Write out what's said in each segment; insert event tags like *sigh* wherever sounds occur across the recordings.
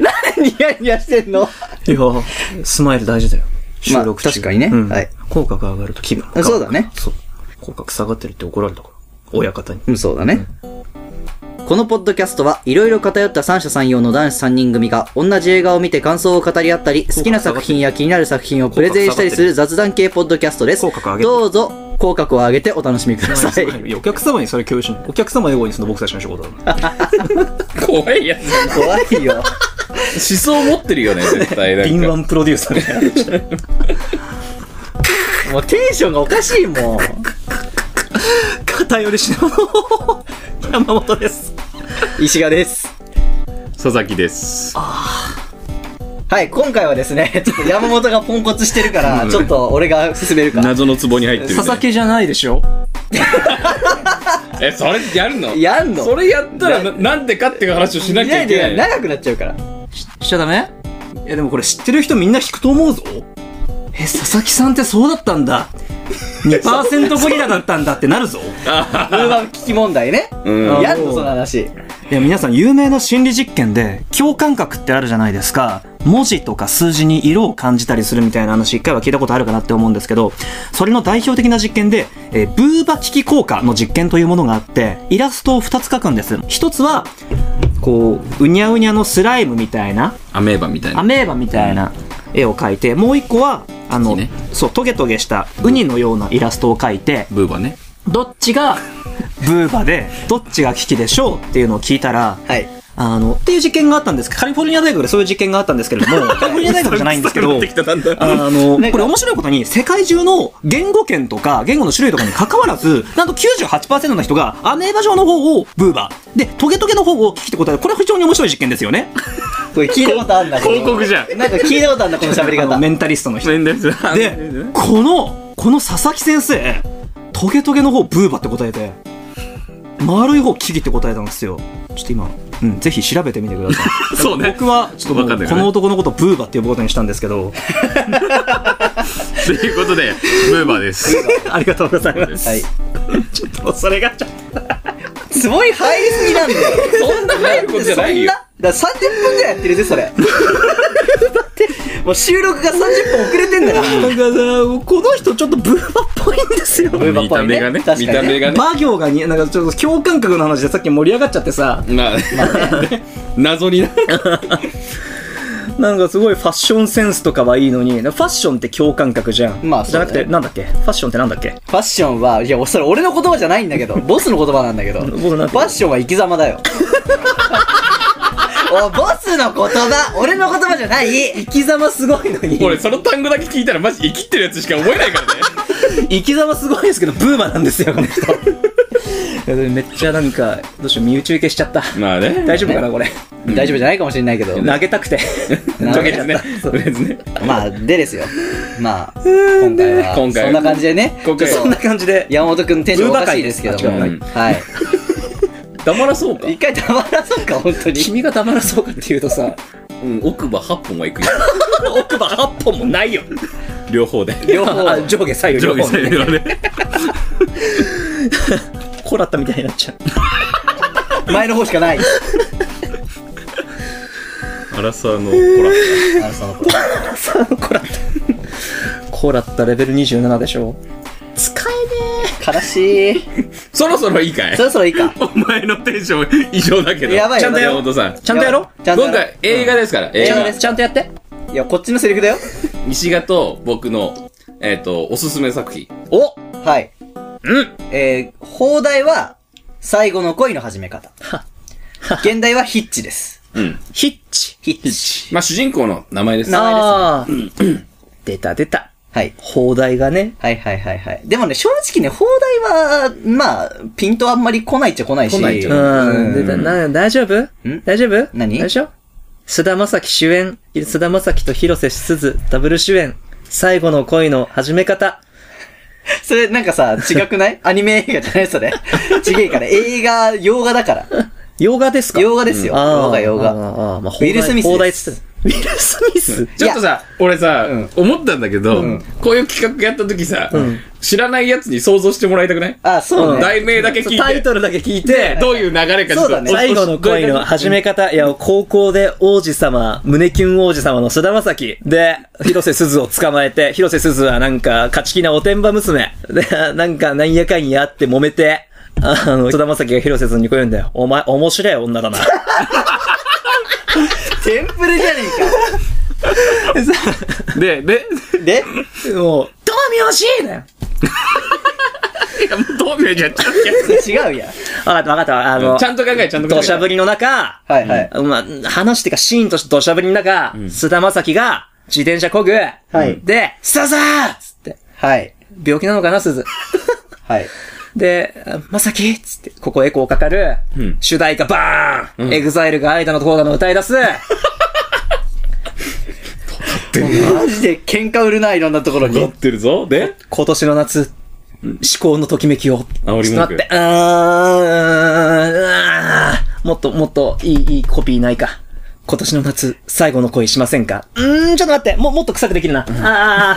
なんでニヤニヤしてんのいや、スマイル大事だよ。収録中。まあ確かにねうんはい口角上がると気分が変わるそうだねそう。口角下がってるって怒られたから。親方に。うん、そうだね。このポッドキャストはいろいろ偏った三者三様の男子三人組が同じ映画を見て感想を語り合ったり、好きな作品や気になる作品をプレゼンしたりする雑談系ポッドキャストです。口角上げてるどうぞ、口角を上げてお楽しみください。いや、お客様にそれ共有しない。お客様をエゴにするの僕たちの仕事だから。怖いやつ。怖いよ。思想持ってるよね、絶対。なんか敏腕プロデューサーみたいな。 *laughs* もうテンションがおかしいもん。偏りしの山本です。石賀です。佐々木です。はい、今回はですね、ちょっと山本がポンコツしてるから、ちょっと俺が進めるから。謎の壺に入ってる、ね。木じゃないでしょえ、それやるのやんのそれやったらな、なんでかっていう話をしなきゃいけない。やや長くなっちゃうから。しちゃダメいや、でもこれ知ってる人みんな引くと思うぞ。え、佐々木さんってそうだったんだ。2%ゴリラだったんだってなるぞ。これは危機問題ね。うんやんの、その話。いや皆さん有名な心理実験で共感覚ってあるじゃないですか文字とか数字に色を感じたりするみたいな話一回は聞いたことあるかなって思うんですけどそれの代表的な実験で、えーブーバ機器効果の実験というものがあってイラストを2つ描くんです1つはこううにゃうにゃのスライムみたいなアメーバみたいアな。メーバみたいな絵を描いてもう1個はあの、ねそうトゲトゲしたウニのようなイラストを描いてブーバね。どっちがブーバでどっちがキキでしょうっていうのを聞いたらはい。あの、っていう実験があったんですけど、カリフォルニア大学でそういう実験があったんですけれども、カリフォルニア大学じゃないんですけど、あの、なんかこれ面白いことに、世界中の言語圏とか、言語の種類とかに関わらず、なんと98%の人が、アメーバ状の方をブーバー、で、トゲトゲの方をキキって答える、これ非常に面白い実験ですよね。これ聞いたことあんだけど。広告じゃんなんか聞いたことあんだ、この喋りあの方。メンタリストの人。面です。で、この、この佐々木先生、トゲトゲの方ブーバって答えて、丸い方キキって答えたんですよ。ちょっと今、うん、ぜひ調べてみてください。そうね。僕は、ちょっともわかんなういこよねの男のことブーバって呼ぶことにしたんですけ *laughs* ど、ということで、ブーバです。ありがとうございます。はい。 *laughs* ちょっとそれがちょっすごい入りすぎなんだよ。そんな入ることじゃないよそん。だから30分ぐらいやってるぜ、それ。だって、もう収録が30分遅れてんだから。となんかさこの人ちょっとブーバっぽいんですよ。見た目がね確か。に見た目がね。バ行がに、なんかちょっと共感覚の話でさっき盛り上がっちゃってさ、まあ、 *laughs* 謎にな。なんかすごいファッションセンスとかはいいのに、ファッションって共感覚じゃん。まあじゃなくそうて、だねなんだっけファッションってなんだっけファッションは、いや、それ俺の言葉じゃないんだけど、ボスの言葉なんだけど、フボスァなんてッションは生き様だよ。おいボスの言葉俺の言葉じゃない生き様すごいのに俺、その単語だけ聞いたら、マジ生きてるやつしか覚えないからね。生き様すごいですけど、ブーバなんですよ、この人。めっちゃなんか、どうしよう、身内受けしちゃった。まあね。大丈夫かな、これ。大丈夫じゃないかもしれないけど投げたくて。なとりあえずね。とりあえずね。まあでですよまあ今回は今回そんはな感じでね今回はちょっとそんな感じで。山本君テンションおかしいですけどブもーバカういんですはい黙らそうか。一回黙らそうか本当に君が黙らそうかっていうとさ、うん、奥歯8本は行くよ。奥歯8本もないよ。両方で。両方あ上下左右上両下方ね。左右のね。コラったみたいになっちゃう。前の方しかないアラサーの、ほら。あのその *laughs* コラった。コラったレベル27でしょ。使えねえ悲しいそろそろいいかいそろそろいいかお前のテンション異常だけど。やばいちゃんとや山ばい本さん。ちゃんとやろちゃんとや今ろう回映画ですから、映ちゃんと画ね。ちゃんとやって。いやこっちのセリフだよ石賀と僕の、えっ、と、おすすめ作品。おはいうんえー、放題は最後の恋の始め方現代はヒッチですうん。ヒッチ。ヒッチまあ、主人公の名前です。なああ。出た出た。はい放題がね。はいはいはいはい。でもね、正直ね、放題は、まあ、ピントあんまり来ないっちゃ来ないし。来ないっちゃう来ん。出た。な、大丈夫ん大丈夫何大丈夫菅田将暉主演、菅田将暉と広瀬すず、ダブル主演、最後の恋の始め方。それなんかさ、違くない *laughs* アニメ映画じゃないそれ。違えから。映画、洋画だから。洋画ですか洋画ですよ。ああ洋画洋あ画。あああまあ、ウィルスミスです放題っつってたウィル・スミスちょっといやさ、俺さ、思ったんだけど、んこういう企画やった時さ、知らないやつに想像してもらいたくないあ、そうね。題名だけ聞いタイて、トルだけ聞いでて、、どういう流れかちょっそとうだねお最後の恋の始め方、いや、高校で王子様、胸キュン王子様の菅田将暉で、広瀬すずを捕まえて、広瀬すずはなんか、勝ち気なおてんば娘。で、なんか、なんやかんやって揉めて、あの、菅田将暉が広瀬すずにこう言うんだよ。お前、面白い女だな。テンプレじゃねで、で、えか。で、もう、どう見よしいだよ。いや、もうどう見えちゃったっけ違うやん。わかったわかった。あのち、ゃんと考え、ちゃんと考え。土砂降りの中、はいはい。まあ、話っていうかシーンとして土砂降りの中、菅田将暉が自転車こぐ。はいで、すずーっつって、はい。病気なのかな、すず。 *laughs* はい。で、あまさきっつって、ここエコーかかる。ん主題歌バーン、エグザイルが間のところの歌い出す。マジで喧嘩売るないろんなところ乗っに。てるぞ。で、今年の夏、思考のときめきを。煽り文句ちょっと待って、うーん、うわーもっともっといい、いいコピーないか。今年の夏、最後の恋しませんかうーん、ちょっと待って、もう、もっと臭くできるな。あ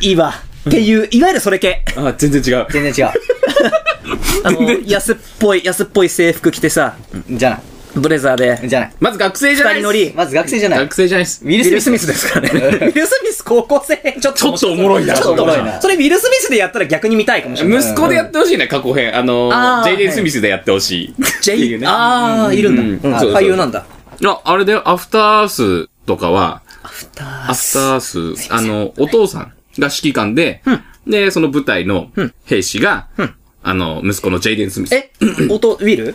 ー、いいわ。っていう、いわゆるそれ系。あ、全然違う。全然違あ *laughs* の、安っぽい、安っぽい制服着てさ、う。じゃなブレザーい。で、じゃない。まず学生じゃない二人乗り。まず学生じゃない。学生じゃないっすウ。ィウィル・ル・ススミミスス。ですからね。ウィル・ス *laughs* ミス高校生。ちょっ *laughs* ちょっとおもろいな。ちょっとおもろいちょっとおもろいな。なそれウィル・スミスでやったら逆に見たいかもしれない。息子でやってほしいね、過去編。あのあーー、JD スミスでやってほしい。ジェっていうイ、ねああ、いるうんんだ。うんあそうそう俳優なんだ。あ、あれだよ、アフターアースとかは、アフターアース、あの、お父さんが指揮官で、で、その部隊の兵士が、あの、息子のジェイデン・スミス。 *clears throat* え、音、ウィル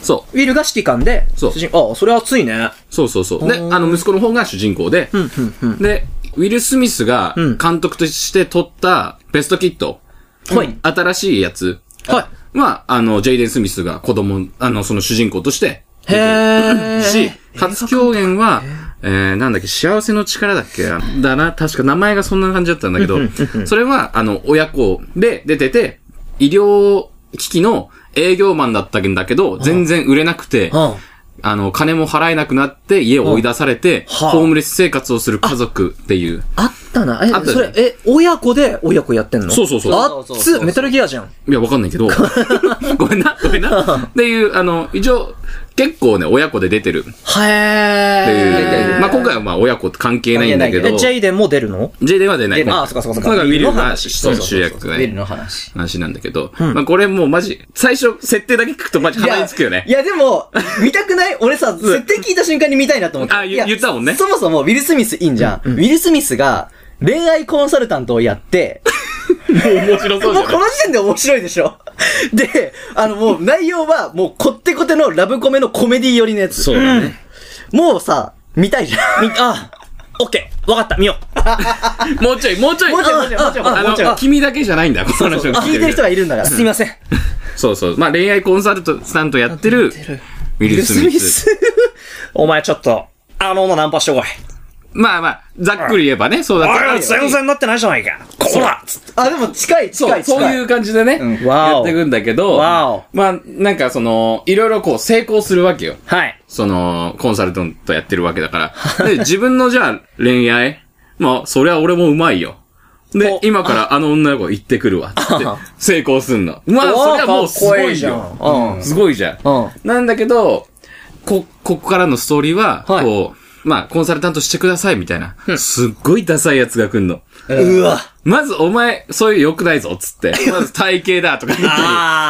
そう、ウィルが指揮官で、そう主人ああ、それ熱いね。そうそうそう。で、あの、息子の方が主人公で、で、ウィル・スミスが監督として撮ったベストキット、はい。新しいやつはは、あの、ジェイデン・スミスが子供、あの、その主人公としてい。へえ。し、初共演は、えー、なんだっけ、幸せの力だっけだな、確か名前がそんな感じだったんだけど、それは、あの、親子で出てて、医療機器の営業マンだったんだけど、全然売れなくて、うん。あの、金も払えなくなって、家を追い出されて、はあホームレス生活をする家族っていう。あったな。あっえ、たそれ、え、親子で親子やってんのそうそうそうあっつ、メタルギアじゃん。いや、わかんないけ *laughs* ど。ごめんな、ごめんな。っていう、あの、一応、結構ね、親子で出てるってはいう。え。まあ、今回はまあ、親子関係ないんだけどえ、。ジェイデンも出るの J では出ない。ああそっかそっかそっかだからウィルがそうそうそう主役ウがィルね、の話。話なんだけど、まあこれもうマジ、最初設定だけ聞くとマジ鼻につくよいね。や、でも、見 *laughs* たくない俺さ、設定聞いた瞬間に見たいなと思って。あ言いや言ったもんねそもそも、ウィル・スミスいいんじゃん。ウィル・スミスが、恋愛コンサルタントをやって、面白そうじもうゃこないの時点で面白いでしょ。で、あのもう内容はもうこってこてのラブコメのコメディ寄りのやつ。そうだね。もうさ、見たいじゃん。み、あ、オッケー。わかった、見よう。もうちょい、もうちょい。もうちょいもうちょいもうちょいあもうちょいの、君だけじゃないんだ、この話を聞いてる人が。がいるんだから。すいません。そうそう。まあ恋愛コンサルタントやってる、ウィル・スミス。 *laughs* お前ちょっと、あの女ナンパしてこい。まあまあ、ざっくり言えばね、そうだったあれ、全然なってないじゃないか。こらつって。あ、でも近いそ近う、いそう近い。いう感じでね、わおやっていくんだけど、わまあ、なんかその、いろいろこう成功するわけよ。はい。その、コンサルタントやってるわけだから。で、自分のじゃあ恋愛、まあ、そりゃ俺もうまいよ。でお、今からあの女の子行ってくるわ。つって、成功すんの。まあ、おそりゃもうすごかっこいいいじゃよん。うんすごいじゃん。うんなんだけど、こ、ここからのストーリーは、はいこう、まあ、コンサルタントしてくださいみたいな。すっごいダサいやつが来んの。うわ。まず、お前、そういう良くないぞ、つ *laughs* って。まず、体型だ、とか言あっ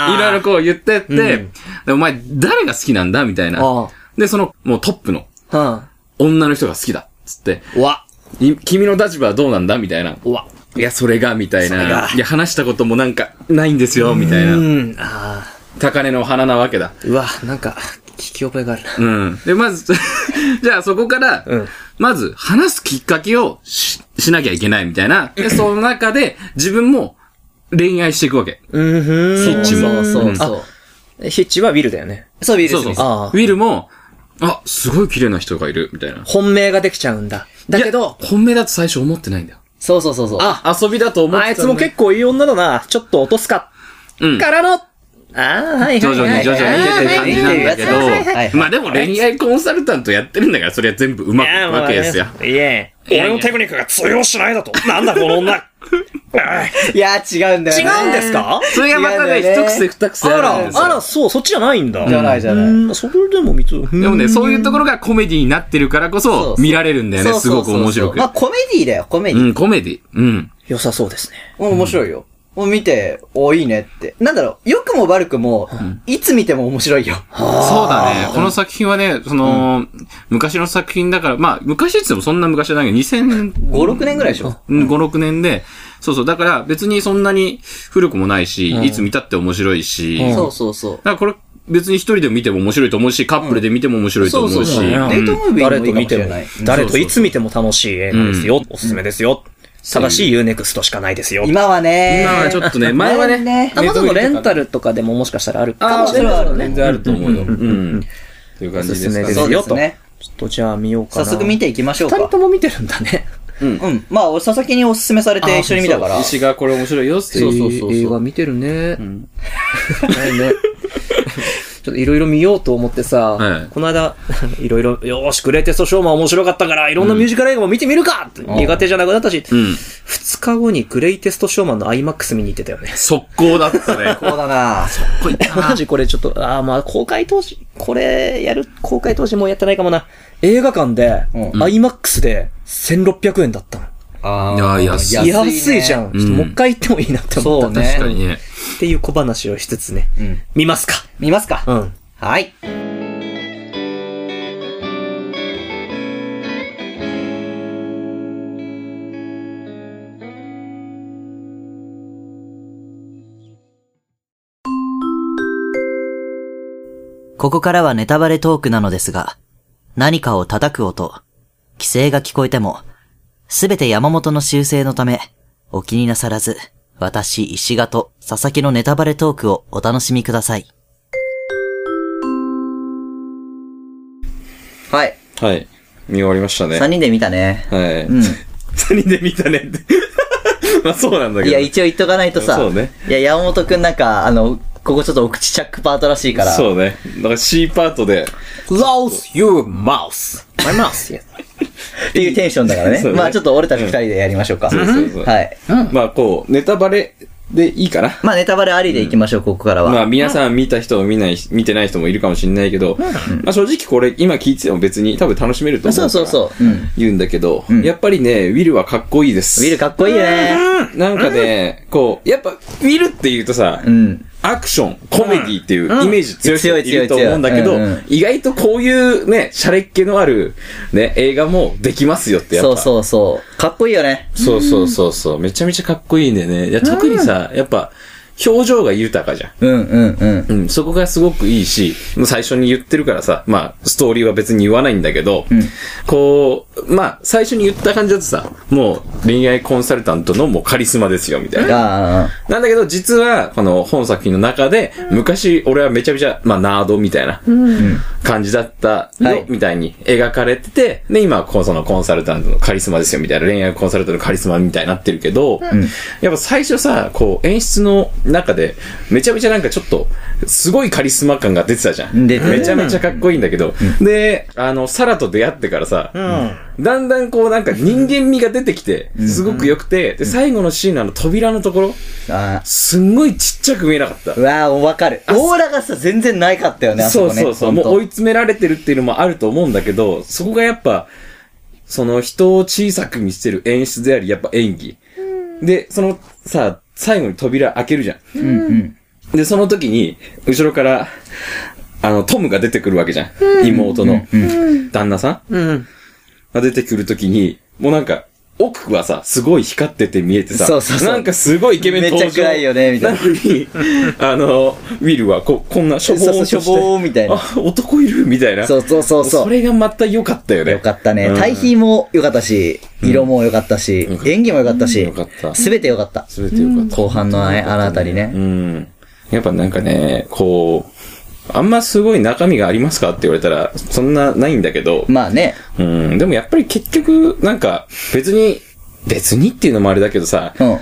たーり、いろいろこう言ってって、で、お前、誰が好きなんだみたいあな。で、その、もうトップのうん。女の人が好きだ、つって。わ。い君の立場はどうなんだみたいな。わ。いや、それが、みたれいがな。いや、話したこともなんか、ないんですよ、みたいな。うん、あ高嶺の花なわけだ。ーうわ、なんか、聞き覚えがあるな。うん。で、まず、 *laughs* じゃあそこから、まず話すきっかけをし、しなきゃいけないみたいな。で、その中で自分も恋愛していくわけ。うんふん。ヒッチも。そううんそヒッチはウィルだよね。う。そう、ウィル・そうスそうミス。そう。ウィルも、あ、すごい綺麗な人がいる、みたいな。本命ができちゃうんだ。だけどい、や、本命だと最初思ってないんだよ。そうそうそうそう。あ、遊びだと思ってあいつも結構いい女だな。ちょっと落とすか。構、うん。からの、ああ、はいはいはい。徐々に徐々にはいってはいはい感じなんだけはいはいはいはいど、まあでも恋愛コンサルタントやってるんだから、それは全部うまくいいやくーまあわけですよ。いえ。俺のテクニックが通用しないだと。なんだこの女。あーいや、違うんだよ違ね。うんですかそれがまた違うね、んだよ一ね癖二癖ああるんらで、すあら、よ。そう、そっちじゃないんだ。じゃないじゃない。うんそれでも見つ、うんでもね、そういうところがコメディになってるからこそうそそう見られるんだよね、そうすそごうそうくそう面白くまあ、。コメディだよ、コメデうィ。ん、コメディ。うん。良さそうですね。もう面白いよ。もう見て、お、いいねって。なんだろう、良くも悪くも、いつ見ても面白いよ。そうだね。この作品はね、その、昔の作品だから、まあ、昔って言ってもそんな昔じゃないけど、2000、 5、6年ぐらいでしょ。うん、5、6年で、そうそう、だから別にそんなに古くもないし、いつ見たって面白いし、だそうそうそう。からこれ別に一人で見ても面白いと思うし、カップルで見ても面白いとそう思そううし、そう。デうんートムービ誰ーもいといかもしてれ見もない。、誰といつ見ても楽しい映画ですよ。おすすめですよ。正しい UNEXT しかないですよ。今はね。今はちょっとね前はねアマゾンのレンタルとかでももしかしたらあるかもしれないですよね。全然あると思うよ。うん。という感じですおすすめかねですそうですね。ちょっとじゃあ見ようか早な。速見ていきましょう二人か。とも見てるんだね。うん。まあ、俺、佐々木におすすめされて一緒に見たから。石がこれ面白いよってそうそうい映画 *laughs* 見てるね。ない *laughs* ね。ちょっといろいろ見ようと思ってさ、はいこの間、 *laughs* いろいろ、よーし、グレーテストショーマン面白かったから、いろんなミュージカル映画も見てみるか、って苦手じゃなくなったし、二、ん日後にグレイテストショーマンの IMAX 見に行ってたよね。速攻だったね。そうだなこいたマジこれちょっと、ああ、まあ、公開当時、これ、やる、公開当時もうやってないかもな。映画館で、うんアイマックスで、1600円だったの。あーいや安いね安いじゃん。ちょっともう一回行ってもいいなって思った。そうね確かにね。っていう小話をしつつね。うん見ますか。見ますか。うん。はい。ここからはネタバレトークなのですが、何かを叩く音、規制が聞こえても、すべて山本の修正のため、お気になさらず、私、石賀と佐々木のネタバレトークをお楽しみください。はい。はい。見終わりましたね。三人で見たね。はい。 *laughs* うん。三人で見たねって。 *laughs* まあそうなんだけいど。や、一応言っとかないとさ。そうね。いや、山本くんなんか、あの、ここちょっとお口チャックパートらしいから。う。そうね。だから C パートで。 Close your mouth. My mouth. っていうテンションだからね。 *laughs* そうねまあちょっと俺たち二人でやりましょうか。そうそうそうはい。まあこう、ネタバレでいいかな。まあネタバレありでいきましょう、ここからは。まあ皆さん見た人も見ない、見てない人もいるかもしれないけど、まあ正直これ今聞いてても別に多分楽しめると思うかそうら。そうそう。うん。言うんだけど、んやっぱりね、ウィルはかっこいいです。ウィルかっこいいよね。なんかね、こう、やっぱ、ウィルって言うとさ、うん。アクション、コメディっていうイメージ強い人強いいる強とい強い思うんだけどうんうん、意外とこういうね、シャレっ気のある、ね、映画もできますよってやっぱ。そうそうそう。かっこいいよね。そうそうそうそう。めちゃめちゃかっこいいんでね。いや、特にさ、やっぱ、表情が豊かじゃん。うんうんうん。うん、そこがすごくいいし、もう最初に言ってるからさ、まあ、ストーリーは別に言わないんだけど、こう、まあ、最初に言った感じだとさ、もう恋愛コンサルタントのもうカリスマですよ、みたいな。あなんだけど、実は、この本作品の中で、昔、俺はめちゃめちゃ、まあ、ナードみたいな感じだったよ、はいみたいに描かれてて、で、今はこう、そのコンサルタントのカリスマですよ、みたいな、恋愛コンサルタントのカリスマみたいになってるけど、やっぱ最初さ、こう、演出の中で、めちゃめちゃなんかちょっと、すごいカリスマ感が出てたじゃん。出てるめちゃめちゃかっこいいんだけど、で、あの、サラと出会ってからさ、だんだんこうなんか人間味が出てきて、すごく良くて、で、最後のシーンのあの扉のところ、あ。ああ。すんごいちっちゃく見えなかったう。わあ、わかる。オーラがさ、全然ないかったよね、あそこうねそうそう。ほんもとう追い詰められてるっていうのもあると思うんだけど、そこがやっぱ、その人を小さく見せる演出であり、やっぱ演技。で、そのさ、最後に扉開けるじゃうん。んうん。で、その時に、後ろから、あの、トムが出てくるわけじゃん。妹の、旦那さんうん。が出てくる時に、もうなんか、奥はさ、すごい光ってて見えてさ、そうそうそうなんかすごいイケメン登場めっちゃ暗いよねみたいなのに、あの、ウィルはこ、こんなしょぼーんとしそてうそうしょぼーんみたいなあ、男いるみたいな。そうそうそうそう。それがまた良かったよね。よかったねう。ん対比も良かったし、色も良かったし、演技も良かったし良かった、すべて良かった。すべて良かった。後半のああのあたりねう。ん。やっぱなんかね、こう、あんますごい中身がありますかって言われたら、そんなないんだけど、まあね、うん、でもやっぱり結局、なんか、別に、別にっていうのもあれだけどさ、うん。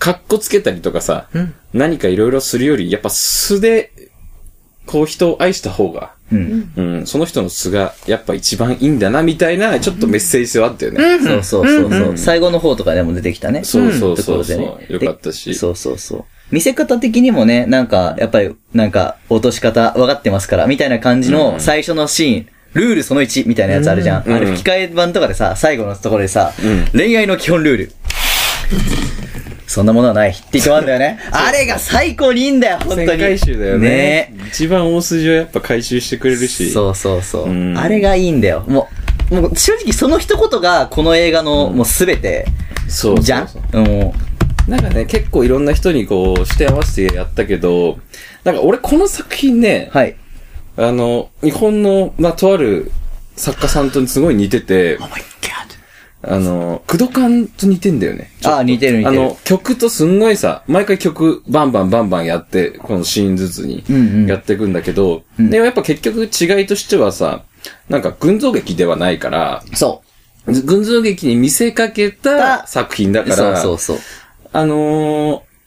かっこつけたりとかさ、何かいろいろするより、やっぱ素でこう人を愛した方が、うん。うん、その人の素がやっぱ一番いいんだな、みたいな、ちょっとメッセージ性はあったよね。そうそうそうそう。最後の方とかでも出てきたね。そうそうそうそうところでねよかったしでそうそうそう。見せ方的にもね、なんか、やっぱり、なんか、落とし方分かってますから、みたいな感じの最初のシーン。ルールその1みたいなやつあるじゃん。んあれ吹き替え版とかでさ、最後のところでさ、恋愛の基本ルール。そんなものはないって言ってもらうんだよ *laughs* ね。あれが最高にいいんだよ、本当に。回収だよねね。一番大筋をやっぱ回収してくれるし。そうそうそう。うんあれがいいんだよ。もう、もう正直その一言がこの映画のもうすべて、そうそうそうじゃんうん。なんかね、結構いろんな人にこう、して合わせてやったけど、なんか俺この作品ね、はい。あの、日本の、まあ、とある作家さんとすごい似てて、あの、クドカンと似てんだよね。ああ、似てる似あてる。の、曲とすんごいさ、毎回曲バンバンバンバンやって、このシーンずつにうんうんやっていくんだけど、うんでもやっぱ結局違いとしてはさ、なんか群像劇ではないから、そ群像劇に見せかけただ作品だう。から、そうそうそう。あの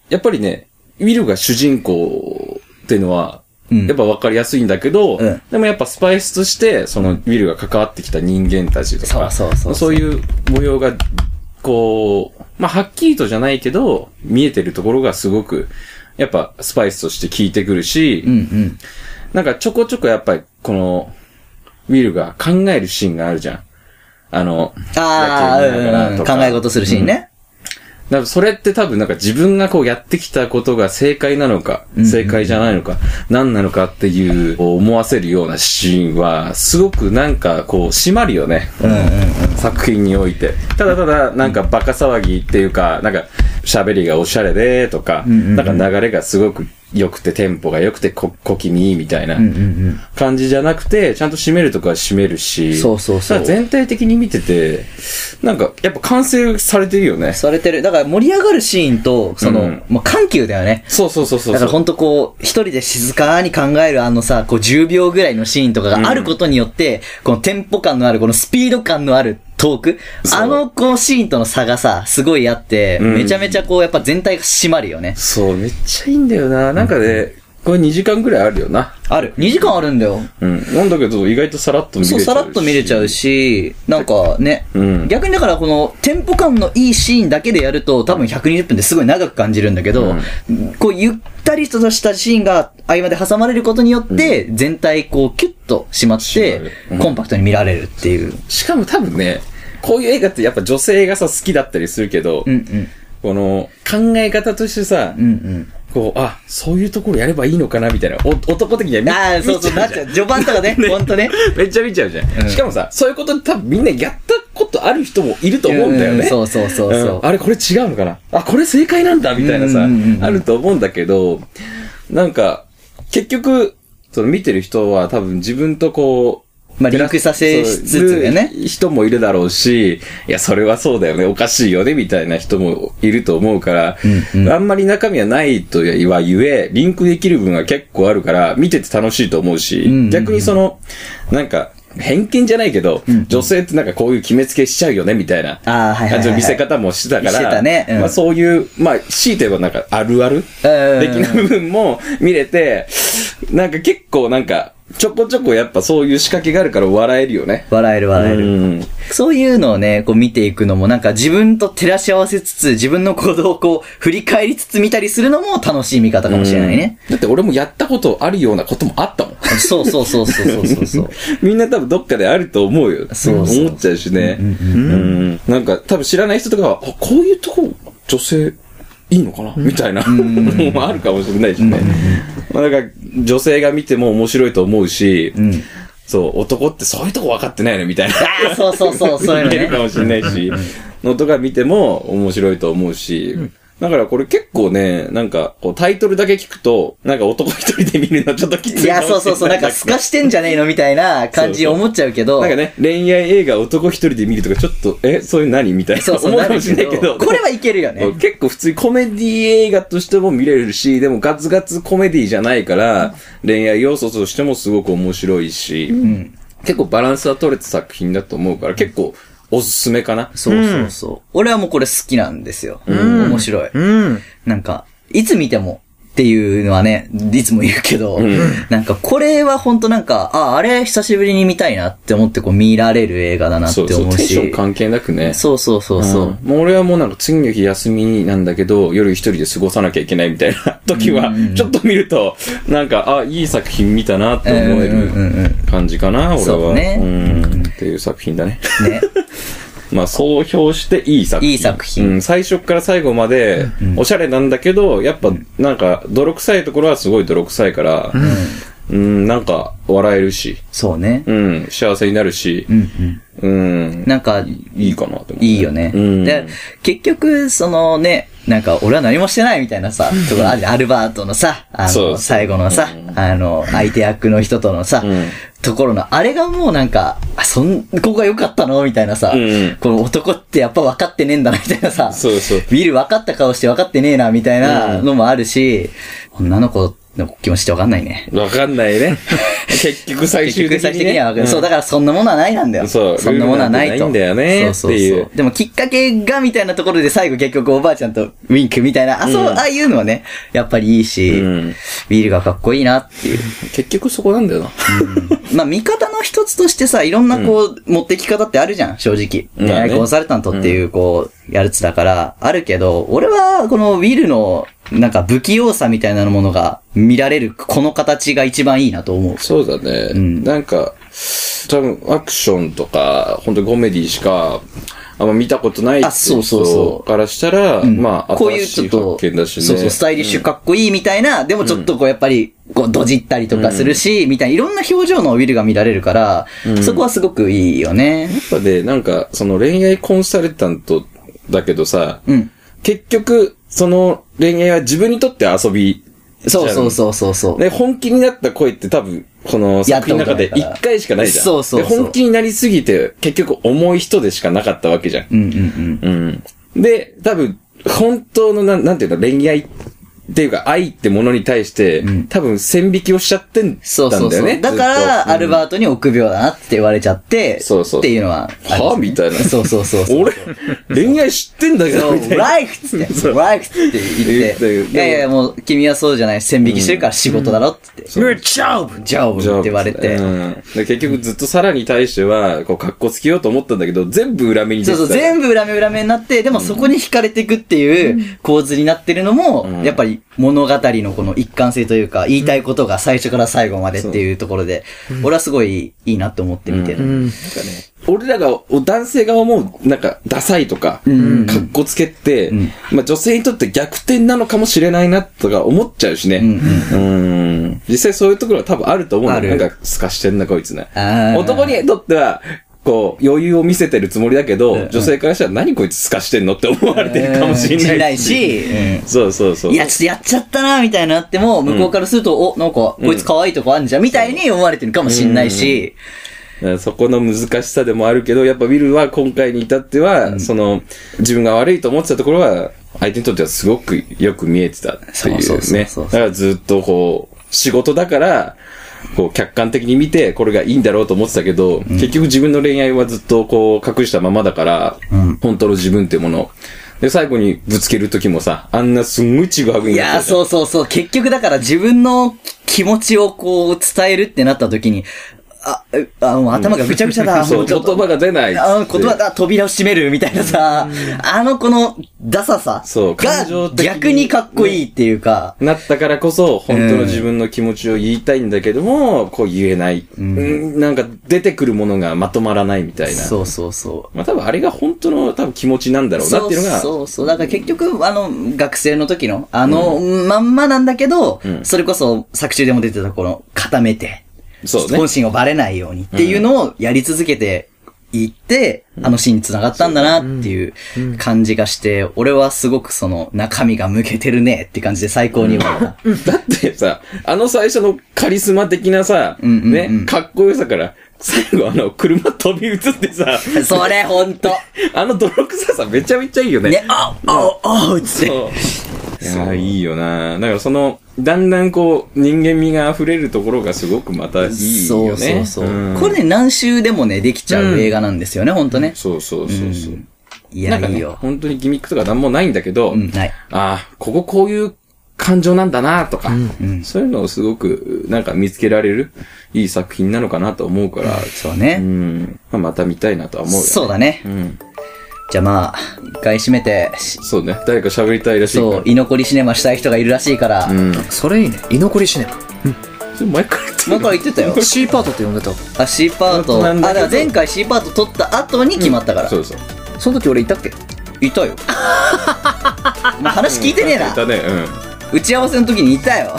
ー、やっぱりね、ウィルが主人公っていうのは、うんやっぱ分かりやすいんだけど、うんでもやっぱスパイスとして、そのウィルが関わってきた人間たちとか、そうそうそうそういう模様が、こう、まあ、はっきりとじゃないけど、見えてるところがすごく、やっぱスパイスとして効いてくるし、うんうん。なんかちょこちょこやっぱり、この、ウィルが考えるシーンがあるじゃん。あの、ああ、野球見ながらうんうとん。か考え事するシーンね。だからそれって多分なんか自分がこうやってきたことが正解なのか、んうん正解じゃないのか、何なのかっていうこう思わせるようなシーンは、すごくなんかこう締まるよね。うんうんうん。作品において。ただただなんかバカ騒ぎっていうか、なんか喋りがおしゃれでとか、んうんうんなんか流れがすごく良くてテンポが良くてこ小気味いいみたいなうんうん感じじゃなくて、ちゃんと締めるとこは締めるし、そうそうそうだから全体的に見てて、なんかやっぱ完成されてるよねうん。。されてる。だから盛り上がるシーンと、その、うんもう緩急だよね。そうそうそうそうそう。だからほんとこう、一人で静かに考えるあのさ、こう10秒ぐらいのシーンとかがあることによって、このテンポ感のある、このスピード感のあるトーク、そうあのこうシーンとの差がさ、すごいあって、うんめちゃめちゃこうやっぱ全体が締まるよね。そう、めっちゃいいんだよな。なんかね、これ2時間ぐらいあるよな。ある。2時間あるんだよ。うん。なんだけど、意外とさらっと見れちそゃう、う。さらっと見れちゃう。し、なんかね、うん逆にだからこのテンポ感のいいシーンだけでやると多分120分ですごい長く感じるんだけど、こうゆったりとしたシーンが合間で挟まれることによって、全体こうキュッと締まって締まるうん、コンパクトに見られるっていう。しかも多分ね、こういう映画ってやっぱ女性がさ、好きだったりするけど、うんうん。この考え方としてさ、うんうん。こう、あ、そういうところやればいいのかなみたいな。お男的には見ああ、そうそう、見ちなゃっうちじゃゃう。ん。序盤と *laughs* かね、ほんとね。めっちゃ見ちゃうじゃん。うんしかもさ、そういうこと多分みんなやったことある人もいると思うんだよね。んそうそうそうそう。うんあれこれ違うのかなあ、これ正解なんだみたいなさ、うんうんうんあると思うんだけど、なんか、結局、その見てる人は多分自分とこう、まあリンクさせしつつだよねそういる人もいるだろうし、いや、それはそうだよね、おかしいよね、みたいな人もいると思うから、うんうんあんまり中身はないとはゆえ、リンクできる分は結構あるから、見てて楽しいと思うし、んうんうん逆にその、なんか、偏見じゃないけど、女性ってなんかこういう決めつけしちゃうよね、みたいな。ああ、はいはいはい、感じはい。の見せ方もしてたから、してたねうんまあそういう、まあ、強いて言えばなんかあるあるうん的な部分も見れて、なんか結構なんか、ちょこちょこやっぱそういう仕掛けがあるから笑えるよね。笑える笑える。うん。そういうのをね、こう見ていくのも、なんか自分と照らし合わせつつ、自分の行動をこう、振り返りつつ見たりするのも楽しい見方かもしれないね。だって俺もやったことあるようなこともあったもん。 *laughs* そうそうそうそうそうそうそう。みんな多分どっかであると思うよ。そうそう思っちゃうしね。うん。なんか多分知らない人とかは、あ、こういうとこ女性いいのかなみたいなの *laughs* もあるかもしれないしね。まあなんか女性が見ても面白いと思うし、んそう、男ってそういうとこ分かってないのみたいな。ああ、そうそうそう、そういうの見えるかね。もしれないし、のとか見ても面白いと思うし、だからこれ結構ね、なんか、こうタイトルだけ聞くと、なんか男一人で見るのちょっときついいや、かもしれない。そうそうそう、なんか透かしてんじゃねえのみたいな感じそうそう思っちゃうけど。なんかね、恋愛映画男一人で見るとか、ちょっと、え、そういう何みたいな。そうそう、思うなかもるしれないけど。これはいけるよでもね。結構普通にコメディ映画としても見れるし、でもガツガツコメディじゃないから、恋愛要素としてもすごく面白いし、結構バランスは取れた作品だと思うから、結構おすすめかな。そうそうそう。俺はもうこれ好きなんですよ。面白い。うん。なんか、いつ見てもっていうのはね、いつも言うけど、なんかこれは本当なんか、あ、あれ久しぶりに見たいなって思ってこう見られる映画だなってそうそう、思うテンし。ション関係なくね。そうそうそうそう。んもう俺はもうなんか次の日休みなんだけど、夜一人で過ごさなきゃいけないみたいな時は、ちょっと見ると、なんか、あ、いい作品見たなって思えうんうんうんうる感じかな、俺は。そうねうん。っていう作品だね。ね。 *laughs* まあ、総評していい作品。いい作品うん、最初から最後まで、おしゃれなんだけど、やっぱ、なんか、泥臭いところはすごい泥臭いから、うん、なんか、笑えるし、そうね。うん、幸せになるしう、んうん。うん、なんか、いいかなって思う。いいよね。うんで、結局、そのね、なんか、俺は何もしてないみたいなさ、ところあるじゃんアルバートのさ、あそうそうの、最後のさ、あの、相手役の人とのさうん、ところの、あれがもうなんか、あそん、ここが良かったのみたいなさうん、この男ってやっぱ分かってねえんだな、みたいなさ、そうそう。ビル分かった顔して分かってねえな、みたいなのもあるし、女の子の気持ちって分かんないね。わかんな *laughs* いね。結局最結終局的に、最ね。終的には分かる。そう、だからそんなものはないなんだよ。そうそんなものはないと。ルールなんてないんだよねそうそうっていそうう。でもきっかけがみたいなところで最後結局おばあちゃんとウィンクみたいな、あ、そう、ああいうのはね、やっぱりいいし、うんビールがかっこいいなって *laughs* いう。結局そこなんだよな。まあ見方の一つとしてさ、いろんなこう、持ってき方ってあるじゃん、正直。うん恋愛コンサルタントっていうこう、やるつだから、あるけど、俺はこのウィルの、なんか不器用さみたいなものが見られる、この形が一番いいなと思う。そうだね。んなんか、多分アクションとか、本当コメディしか、あんま見たことないあそうそうそうからしたら、うんまあ、こうい新うちしょいっと、発見だしね。そうそう、スタイリッシュかっこいいみたいな、でもちょっとこうやっぱり、こう、どじったりとかするし、みたいな、いろんな表情のウィルが見られるから、そこはすごくいいよね。やっぱで、なんか、その恋愛コンサルタントだけどさ、うん。結局、その恋愛は自分にとって遊び。そうそうそうそうそう。ね、本気になった恋って多分、このやった作品ことの中ないでから一回しかないじゃん。そうそうそうで本気になりすぎて、結局重い人でしかなかったわけじゃん。うんうんうん。うん。で、多分、本当のなん、なんていうの、恋愛っていうか、愛ってものに対して、多分、線引きをしちゃってんだんだよね。そうそうそう。だから、アルババートに臆病だなって言われちゃって、そうそっうていうのはある。はみたいなそうそうそうそう。俺、恋愛知ってんだけそど、みう、たいな。ライフっつって、ライフって言っ、言ってていやいや、もう、君はそうじゃない、線引きしてるから仕事だろっつって、 Good job! ジャオブって言われて、うん、で結局ずっとサラに対しては、こう、格好つけようと思ったんだけど、全部裏目に出そてうそう、た全部裏目裏目になって、でもそこに惹かれていくっていう構図になってるのも、んやっぱり物語のこの一貫性というか、言いたいことが最初から最後までっていうところで、俺はすごいいいなと思って見てる。俺らが、お男性が思う、なんか、ダサいとか、格好つけって、んまあ、女性にとって逆転なのかもしれないな、とか思っちゃうしね。うんうんうん。実際そういうところは多分あると思うんだあよ。るなんか、すかしてんな、こいつね。あー男にとっては、こう、余裕を見せてるつもりだけど、女性からしたら何こいつすかしてんのって思われてるかもしれないし。し、うんそうそうそう。いや、ちょっとやっちゃったな、みたいになっても、向こうからすると、お、なんか、こいつ可愛いとこあんじゃん、みたいに思われてるかもしんないし、そこの難しさでもあるけど、やっぱウィルは今回に至っては、その、自分が悪いと思ってたところは、相手にとってはすごくよく見えてたっていうね。そうそうそうそうだからずっとこう、仕事だから、こう客観的に見て、これがいいんだろうと思ってたけど、結局自分の恋愛はずっとこう隠したままだから、本当の自分っていうものを。で、最後にぶつける時もさ、あんなすんごいちぐはぐいになやー、ってたじゃそうんそうそう。結局だから自分の気持ちをこう伝えるってなった時に、あ、えあ、もう頭がぐちゃぐちゃだ。もそうちょう、っと言葉が出ないっつってあ言葉が扉を閉めるみたいなさ、あのこのダサさそう感が情的に逆にかっこいいっていうか、なったからこそ、本当の自分の気持ちを言いたいんだけども、こう言えない、うんなんか出てくるものがまとまらないみたいな。そうそうそう。まあ多分あれが本当の多分気持ちなんだろうなっていうのが、そうそうそう。だから結局、あの、学生の時の、あの、まんまなんだけど、んそれこそ作中でも出てたこの、固めて、そうね本心をバレないようにっていうのをやり続けていって、あのシーンに繋がったんだなっていう感じがして、俺はすごくその、中身が向けてるねって感じで最高に思った。だってさ、あの最初のカリスマ的なさ、んうんうんね、かっこよさから、最後あの車飛び移って *laughs* さ、それほんとあの泥臭さめちゃめちゃいいよね。 *laughs* ね、あ、あ、あ、つって。そう。いやーいいよなだからその、だんだんこう、人間味が溢れるところがすごくまたいいよね。そうそうそう。んこれね、何周でもね、できちゃう映画なんですよね、ほんとね。そうそうそうそう。いなや、んかねいいよ。本当にギミックとかなんもないんだけど、うん、ない。ああ、こここういう感情なんだなとか、そういうのをすごく、なんか見つけられる、いい作品なのかなと思うから、そううね。ん。まあ、また見たいなとは思うよ。そうだねう。ん。じゃあまあ、一回締めて、しそうね。誰か喋りたいらしいから。そう、居残りシネマしたい人がいるらしいから、うん。それいいね。居残りシネそれ前から言って前から言ってた *laughs* よマ。。C パートって呼んでた。あ、C パート。あ、なんだだかけどら前回 C パート取った後に決まったから。そうそう。その時俺いたっけい *laughs* たよ。お前話聞いてねえいな。たね。うん。うん。打ち合わせの時にいたよ。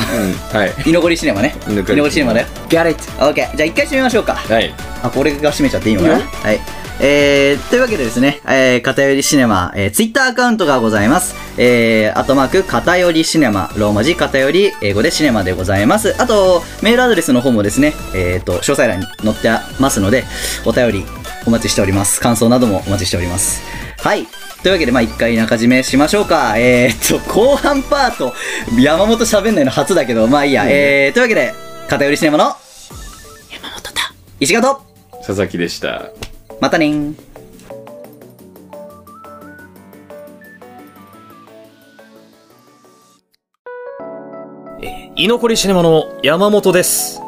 はい。居残りシネマね。居居残り残りシネマだよ。 ?Get it! オッケー。じゃあ一回締めましょうか。はい。あ、これが締めちゃっていいのかなはい。えー、というわけでですね、えー、偏りシネマ、えー、ツイッターアカウントがございます。えー、アットマーク、偏りシネマ、ローマ字、偏り、英語でシネマでございます。あと、メールアドレスの方もですね、えーと、詳細欄に載ってますので、お便りお待ちしております。感想などもお待ちしております。はい。というわけで、まあ、一回中締めしましょうか。えーと、後半パート、山本喋んないの初だけど、まあいいや。えー、というわけで、偏りシネマの、山本だ。石川と、佐々木でした。またねー。居残りシネマの山本です。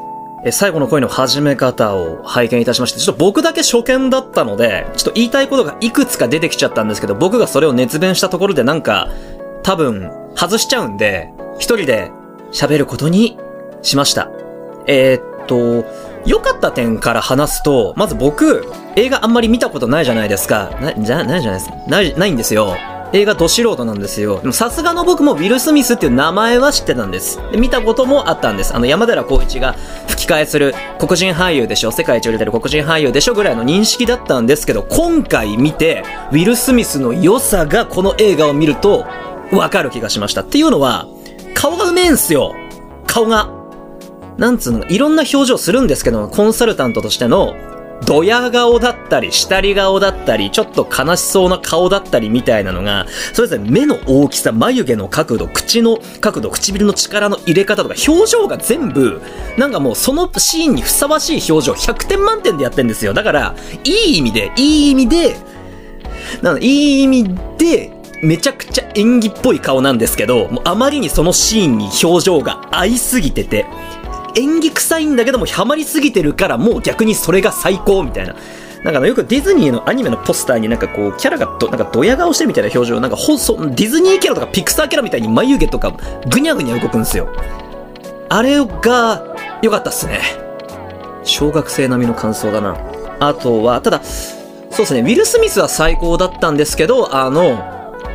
えー最後の恋の始め方を拝見いたしまして、ちょっと僕だけ初見だったので、ちょっと言いたいことがいくつか出てきちゃったんですけど、僕がそれを熱弁したところでなんか、多分、外しちゃうんで、一人で喋ることにしました。えーっと、良かった点から話すと、まず僕、映画あんまり見たことないじゃないですか。な、じゃ、ないじゃないですない、ないんですよ。映画ど素人なんですよ。でもさすがの僕もウィル・スミスっていう名前は知ってたんです。で見たこともあったんです。あの山寺宏一が吹き替えする黒人俳優でしょ、世界一売れてる黒人俳優でしょぐらいの認識だったんですけど、今回見て、ウィル・スミスの良さがこの映画を見ると、わかる気がしました。っていうのは、顔がうめえんすよ。顔が。なんつうのか、いろんな表情するんですけど、コンサルタントとしての、ドヤ顔だったり、下り顔だったり、ちょっと悲しそうな顔だったりみたいなのが、それぞれ目の大きさ、眉毛の角度、口の角度、唇の力の入れ方とか、表情が全部、なんかもうそのシーンにふさわしい表情、100点満点でやってんですよ。だから、いい意味で、いい意味で、なのでいい意味で、めちゃくちゃ演技っぽい顔なんですけど、もうあまりにそのシーンに表情が合いすぎてて、演技臭いんだけどもハマりすぎてるからもう逆にそれが最高みたいな。なんかあのよくディズニーのアニメのポスターになんかこうキャラがどなんかドヤ顔してるみたいな表情なんかほんそディズニーキャラとかピクサーキャラみたいに眉毛とかぐにゃぐにゃ動くんですよ。あれが良かったっすね。小学生並みの感想だな。あとは、ただ、そうですね、ウィル・スミスは最高だったんですけど、あの、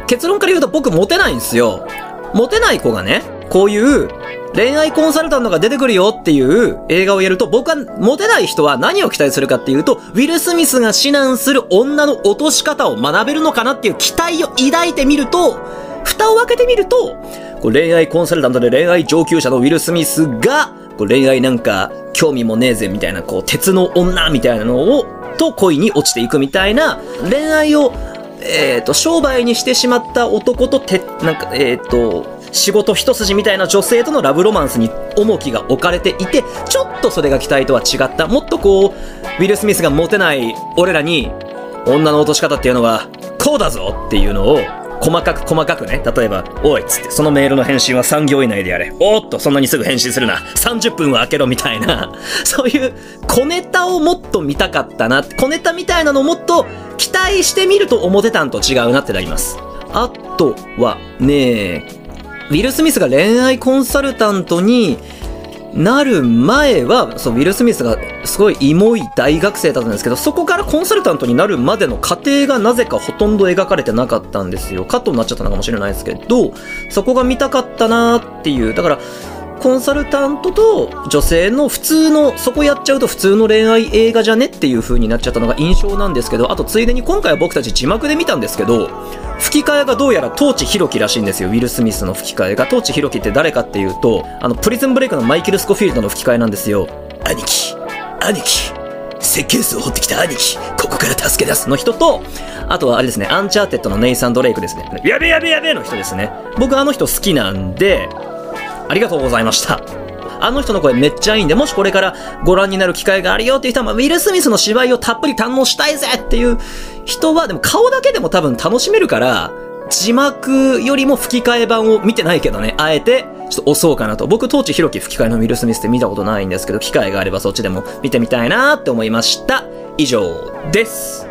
結論から言うと僕モテないんですよ。モテない子がね、こういう恋愛コンサルタントが出てくるよっていう映画をやると、僕はモテない人は何を期待するかっていうと、ウィル・スミスが指南する女の落とし方を学べるのかなっていう期待を抱いてみると、蓋を開けてみると、こう恋愛コンサルタントで恋愛上級者のウィル・スミスが、こう恋愛なんか興味もねえぜみたいな、こう鉄の女みたいなのを、と恋に落ちていくみたいな、恋愛を、えっ、と、商売にしてしまった男とて、なんか、えっ、と、仕事一筋みたいな女性とのラブロマンスに重きが置かれていて、ちょっとそれが期待とは違った。もっとこう、ウィル・スミスがモテない俺らに、女の落とし方っていうのは、こうだぞっていうのを、細かく細かくね、例えば、おいっつって、そのメールの返信は3行以内でやれ。おーっと、そんなにすぐ返信するな。30分は開けろみたいな、 *laughs* そういう小ネタをもっと見たかったな。小ネタみたいなのをもっと期待してみると思ってたんと違うなってなります。あとは、ねえ、ウィル・スミスが恋愛コンサルタントになる前は、そう、ウィル・スミスがすごいイモい大学生だったんですけど、そこからコンサルタントになるまでの過程がなぜかほとんど描かれてなかったんですよ。カットになっちゃったのかもしれないですけど、そこが見たかったなーっていう。だから、コンサルタントと女性の普通の、そこやっちゃうと普通の恋愛映画じゃねっていう風になっちゃったのが印象なんですけど、あとついでに今回は僕たち字幕で見たんですけど、吹き替えがどうやらトーチヒロキらしいんですよ。ウィル・スミスの吹き替えが。トーチヒロキって誰かっていうと、あの、プリズンブレイクのマイケル・スコフィールドの吹き替えなんですよ。兄貴、兄貴、設計図を掘ってきた兄貴、ここから助け出すの人と、あとはあれですね、アンチャーテッドのネイサン・ドレイクですね。やべやべやべの人ですね。僕あの人好きなんで、ありがとうございました。あの人の声めっちゃいいんで、もしこれからご覧になる機会があるよっていう人は、まあウィル・スミスの芝居をたっぷり堪能したいぜっていう人は、でも顔だけでも多分楽しめるから、字幕よりも吹き替え版を見てないけどね、あえて、ちょっと押そうかなと。僕、当地弘樹吹き替えのウィル・スミスって見たことないんですけど、機会があればそっちでも見てみたいなって思いました。以上です。